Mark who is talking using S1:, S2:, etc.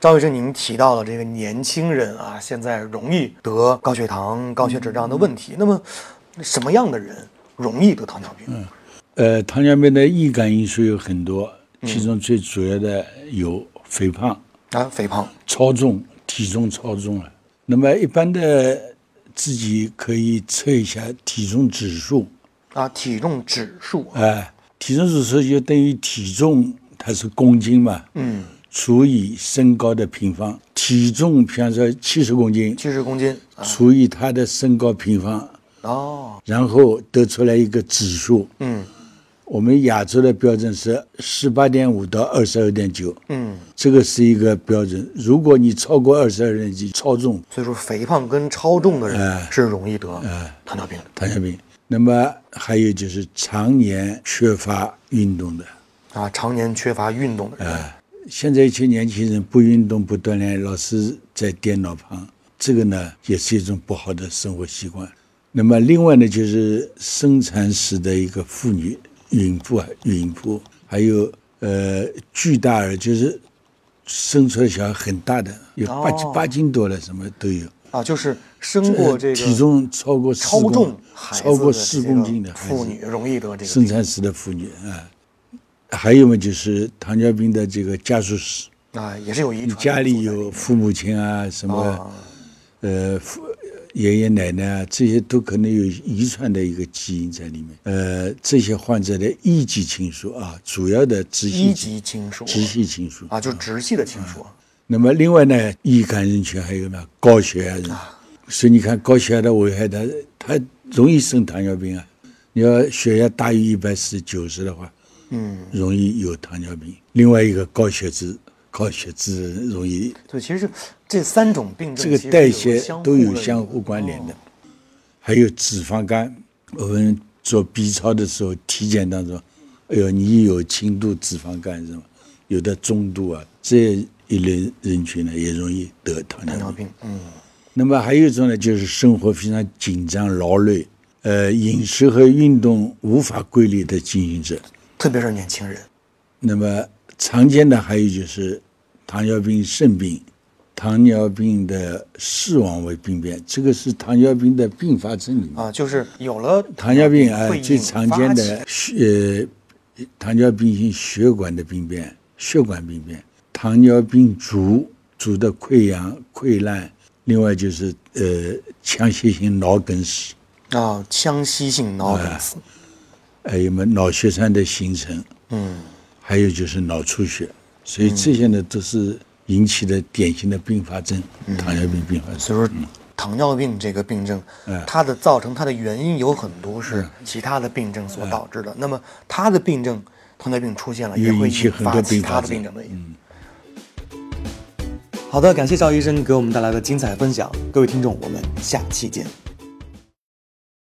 S1: 赵医生，您提到了这个年轻人啊，现在容易得高血糖、高血脂这样的问
S2: 嗯
S1: 题。那么，什么样的人容易得糖尿病？
S2: 呃，糖尿病的易感因素有很多，其中最主要的有肥胖、
S1: 啊，肥胖，
S2: 超重、体重超重了。那么一般的自己可以测一下体重指数，
S1: 啊，体重指数
S2: 啊、体重指数就等于体重，它是公斤嘛，嗯，除以身高的平方，体重比方说七十公斤，
S1: 七十公斤啊，
S2: 除以它的身高平方，
S1: 哦，
S2: 然后得出来一个指数。
S1: 嗯，
S2: 我们亚洲的标准是十八点五到二十二点九。
S1: 嗯，
S2: 这个是一个标准。如果你超过二十二点几，超重
S1: 所以说肥胖跟超重的人
S2: 哎
S1: 是容易得糖尿病
S2: 糖尿病，那么还有就是常年缺乏运动的。
S1: 的啊，常年缺乏运动的
S2: 嗯
S1: 人
S2: 现在一些年轻人不运动、不锻炼，老是在电脑旁，这个呢也是一种不好的生活习惯。那么另外呢，就是生产时的一个妇女、孕妇啊、孕妇，还有呃巨大儿，就是生出来小孩很大的，有八斤、
S1: 哦
S2: 八斤多了，什么都有。
S1: 啊，就是生过这个
S2: 呃体重超过四
S1: 超
S2: 公
S1: 重孩子的
S2: 超过
S1: 这
S2: 四
S1: 个
S2: 公斤的孩子
S1: 妇女容易得这个
S2: 生
S1: 病
S2: 产时的妇女啊，还有嘛就是糖尿病的这个家族史。
S1: 啊，也是有遗
S2: 你
S1: 传的
S2: 家里
S1: 因素在
S2: 有
S1: 面
S2: 父母亲啊，什么、呃父爷爷奶奶啊，这些都可能有遗传的一个基因在里面。呃，这些患者的一级亲属啊，主要的直系
S1: 一级亲属
S2: 直系嗯亲属
S1: 啊，就是直系的亲属。
S2: 那么另外呢，易感人群还有呢高血压人，
S1: 啊
S2: 所以你看高血压的危害，它它容易生糖尿病啊。你要血压大于一百四九十的话，嗯，容易有糖尿病。另外一个高血脂，高血脂容易
S1: 对，其实这这三种病症，
S2: 这个代谢都有相互关联
S1: 哦
S2: 的。还有脂肪肝，我们做 B 超的时候体检当中，哎呦，你有轻度脂肪肝是吗？有的中度啊，这一类人群呢也容易得糖
S1: 糖
S2: 尿
S1: 尿
S2: 病。
S1: 病。嗯，
S2: 那么还有一种呢，就是生活非常紧张劳累，呃，饮食和运动无法规律的进行者。
S1: 特别是年轻人
S2: 那么常见的还有就是糖尿病肾病、糖尿病的视网膜病变，这个是糖尿病的并发症里面。
S1: 啊，就是有了
S2: 糖尿病啊
S1: 会，
S2: 最
S1: 引
S2: 常
S1: 发
S2: 见
S1: 起
S2: 的血呃糖尿病性血管的病变、血管病变、糖尿病足足的溃疡、溃烂，另外就是呃强血性脑梗死，
S1: 啊腔隙性脑
S2: 哎
S1: 梗死
S2: 还有么脑血栓的形成，
S1: 嗯，
S2: 还有就是脑出血，所以这些呢都是引起的典型的并发症，糖尿病并发
S1: 所
S2: 症。
S1: 以说，糖尿病这个病症，
S2: 哎
S1: 它的造成它的原因有很多是
S2: 嗯
S1: 其他的病症所
S2: 哎
S1: 导致的。那么它的病症，糖尿病出现了，也
S2: 又
S1: 会
S2: 引起
S1: 引
S2: 很
S1: 发
S2: 多
S1: 其
S2: 并
S1: 他
S2: 发
S1: 的
S2: 症
S1: 病症的。嗯
S3: 好的，感谢赵医生给我们带来的精彩分享。各位听众，我们下期见。